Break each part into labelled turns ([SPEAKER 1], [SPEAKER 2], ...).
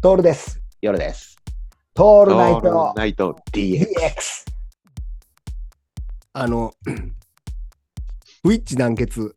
[SPEAKER 1] トールです。
[SPEAKER 2] 夜です。
[SPEAKER 1] ト
[SPEAKER 2] オ
[SPEAKER 1] ールナイト
[SPEAKER 2] ナイト DX。
[SPEAKER 1] DX。
[SPEAKER 3] あの、 ウィッチ団結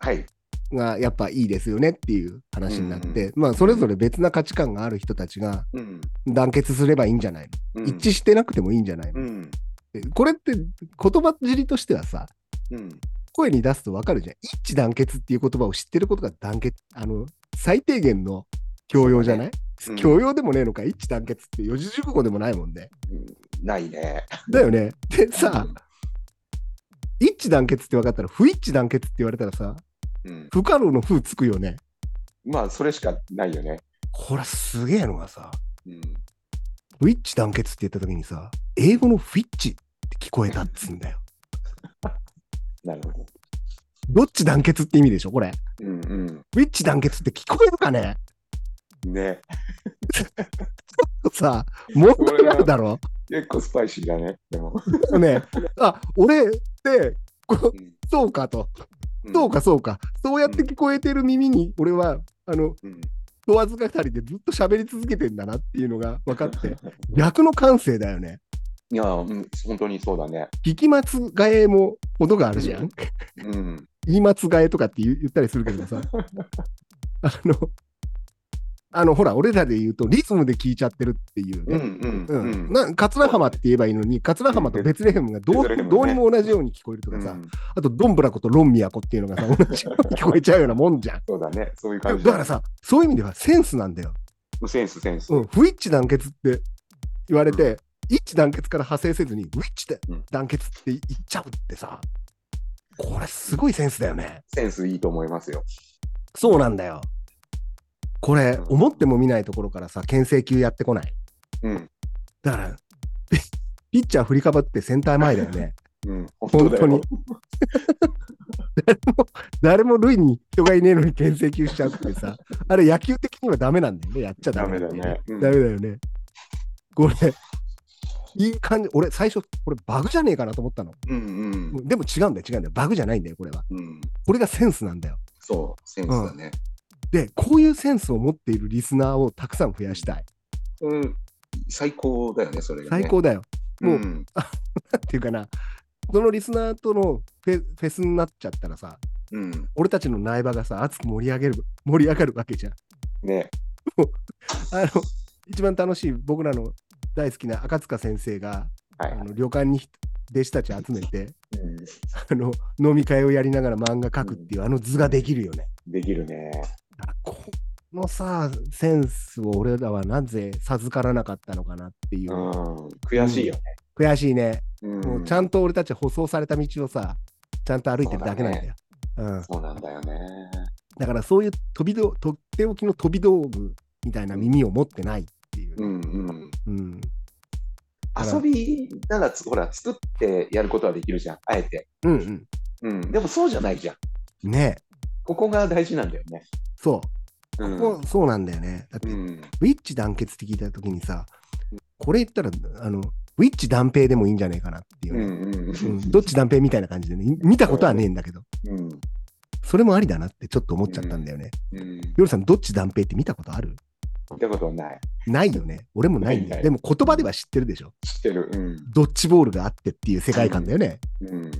[SPEAKER 2] はい。
[SPEAKER 3] がやっぱいいですよねっていう話になって、まあ、それぞれ別な価値観がある人たちが
[SPEAKER 2] うん。
[SPEAKER 3] 団結すればいいんじゃないの、一致してなくてもいいんじゃないの
[SPEAKER 2] う、ん。
[SPEAKER 3] でこれって言葉尻としてはさ、
[SPEAKER 2] うん。
[SPEAKER 3] 声に出すとわかるじゃん。一致団結っていう言葉を知ってることが団結、あの、最低限の教養じゃない、
[SPEAKER 2] そうだねうん
[SPEAKER 3] 教養でもねえのか、一致団結って四字熟語でもないもんね。
[SPEAKER 2] ないね。
[SPEAKER 3] だよね。でさ、一致団結って分かったら、不一致団結って言われたらさ、
[SPEAKER 2] うん。
[SPEAKER 3] 不可能の風つくよね。
[SPEAKER 2] まあ、それしかないよね。
[SPEAKER 3] これすげえのがさ、
[SPEAKER 2] うん。
[SPEAKER 3] ウィッチ団結って言った時にさ、英語のフィッチって聞こえたっつうんだよ。
[SPEAKER 2] なるほど。
[SPEAKER 3] どっち団結って意味でしょ、これ。
[SPEAKER 2] うん
[SPEAKER 3] ウィッチ団結って聞こえるかね
[SPEAKER 2] うん。ね。
[SPEAKER 3] さ、問題あるだろ。
[SPEAKER 2] 結構スパイシーだね。でも。
[SPEAKER 3] ね、あ、俺って、こそうかと、そうかそうか、そうやって聞こえてる耳に、俺は、あの、
[SPEAKER 2] うん。
[SPEAKER 3] 問わず語りでずっと喋り続けてんだなっていうのが分かって、
[SPEAKER 2] い
[SPEAKER 3] 逆の感性だよね。
[SPEAKER 2] や、うん、本当にそうだね。
[SPEAKER 3] 聞き間違えも程があるじゃ。
[SPEAKER 2] うんうん。
[SPEAKER 3] 言い間違えとかって言う言ったりするけどさあのあのほら俺らで言うとリズムで聞いちゃってるっていう
[SPEAKER 2] う
[SPEAKER 3] ね、
[SPEAKER 2] んうん
[SPEAKER 3] うん
[SPEAKER 2] うん。
[SPEAKER 3] な桂浜って言えばいいのに桂浜とベツレヘムがどう,、
[SPEAKER 2] ベツレヘムね
[SPEAKER 3] どうにも同じように聞こえると
[SPEAKER 2] う
[SPEAKER 3] かさ、
[SPEAKER 2] ん
[SPEAKER 3] あとドンブラコとロンミヤコっていうのがさ同じように聞こえちゃうようなもんじゃん
[SPEAKER 2] そうだね。そういう感
[SPEAKER 3] だ
[SPEAKER 2] じ。
[SPEAKER 3] から、さそういう意味ではセンスなんだよ、
[SPEAKER 2] センス、センス
[SPEAKER 3] う。ん、不一致団結って言われて、一致団結から派生せずに不一致
[SPEAKER 2] うん
[SPEAKER 3] 団結って言っちゃうってさこれすごいセンスだよね
[SPEAKER 2] センスいいと思いますよ。
[SPEAKER 3] そうなんだよ。これ、
[SPEAKER 2] うん
[SPEAKER 3] 思っても見ないところからさ、牽制球やってこない。
[SPEAKER 2] うん。
[SPEAKER 3] だから、ピピッチャー振りかぶってセンター前だよね。
[SPEAKER 2] うん。
[SPEAKER 3] 本
[SPEAKER 2] だ
[SPEAKER 3] 当
[SPEAKER 2] よ
[SPEAKER 3] に。。 誰も塁に人がいねえのに牽制球しちゃうってさ、あれ野球的にはダメなんだよね。やっちゃダメんよ
[SPEAKER 2] ダメだ
[SPEAKER 3] ダ
[SPEAKER 2] ね
[SPEAKER 3] メだよね。これ、いい感じ。俺、最初、これバグじゃねえかなと思ったの。
[SPEAKER 2] うんうん。
[SPEAKER 3] でも違うんだよ、違うんだよ。バグじゃないんだよ、これは。
[SPEAKER 2] うん。
[SPEAKER 3] これがセンスなんだよ。
[SPEAKER 2] そう、センスだね。
[SPEAKER 3] で、こういうセンスを持っているリスナーをたくさん増やしたい。
[SPEAKER 2] うん、最高だよね、それが、ね。
[SPEAKER 3] 最高だよ。もう
[SPEAKER 2] うん
[SPEAKER 3] っていうかな、そのリスナーとのフェフェスになっちゃったらさ、
[SPEAKER 2] うん、
[SPEAKER 3] 俺たちの苗場がさ、熱く盛り上げる、盛り上がるわけじゃん。
[SPEAKER 2] ね、
[SPEAKER 3] あの、一番楽しい僕らの大好きな赤塚先生が、
[SPEAKER 2] は
[SPEAKER 3] あ
[SPEAKER 2] い。
[SPEAKER 3] の旅館に弟子たち集めて、
[SPEAKER 2] うん
[SPEAKER 3] あの、飲み会をやりながら漫画描くっていう、あの図ができるよね。
[SPEAKER 2] できるね。
[SPEAKER 3] だからこのさ、センスを俺らはなぜ授からなかったのかなっていうう。
[SPEAKER 2] ん、悔しいよね。
[SPEAKER 3] 悔しいね。
[SPEAKER 2] うん、
[SPEAKER 3] もうちゃんと俺たちは舗装された道をさ、ちゃんと歩いてるだけなんだよ。うん。
[SPEAKER 2] そうなんだよね。
[SPEAKER 3] だからそういう飛び道とっておきの飛び道具みたいな耳を持ってないっていう
[SPEAKER 2] う
[SPEAKER 3] ね、
[SPEAKER 2] んうん。
[SPEAKER 3] うん
[SPEAKER 2] 遊びならつ、ほら、作ってやることはできるじゃん、あえて。
[SPEAKER 3] うん
[SPEAKER 2] うん、でもそうじゃないじゃん。
[SPEAKER 3] うんねえ
[SPEAKER 2] ここが大事なんだよね。
[SPEAKER 3] そう
[SPEAKER 2] うん、
[SPEAKER 3] こうそうなんだよねだって、
[SPEAKER 2] うん、
[SPEAKER 3] ウィッチ団結って聞いた時にさこれ言ったらあのウィッチ断平でもいいんじゃないかなっていううね、
[SPEAKER 2] ん、うん、
[SPEAKER 3] うんどっち断平みたいな感じでね見たことはねえんだけど
[SPEAKER 2] うん、
[SPEAKER 3] それもありだなってちょっと思っちゃったんだよね、
[SPEAKER 2] うん。
[SPEAKER 3] ヨルさんどっち断平って見たことある
[SPEAKER 2] ってことはない。
[SPEAKER 3] ないよね俺もないんだ
[SPEAKER 2] ないない
[SPEAKER 3] よでも言葉では知ってるでしょ
[SPEAKER 2] 知ってる。うん、
[SPEAKER 3] ドッジボールがあってっていう世界観だよね、
[SPEAKER 2] うん、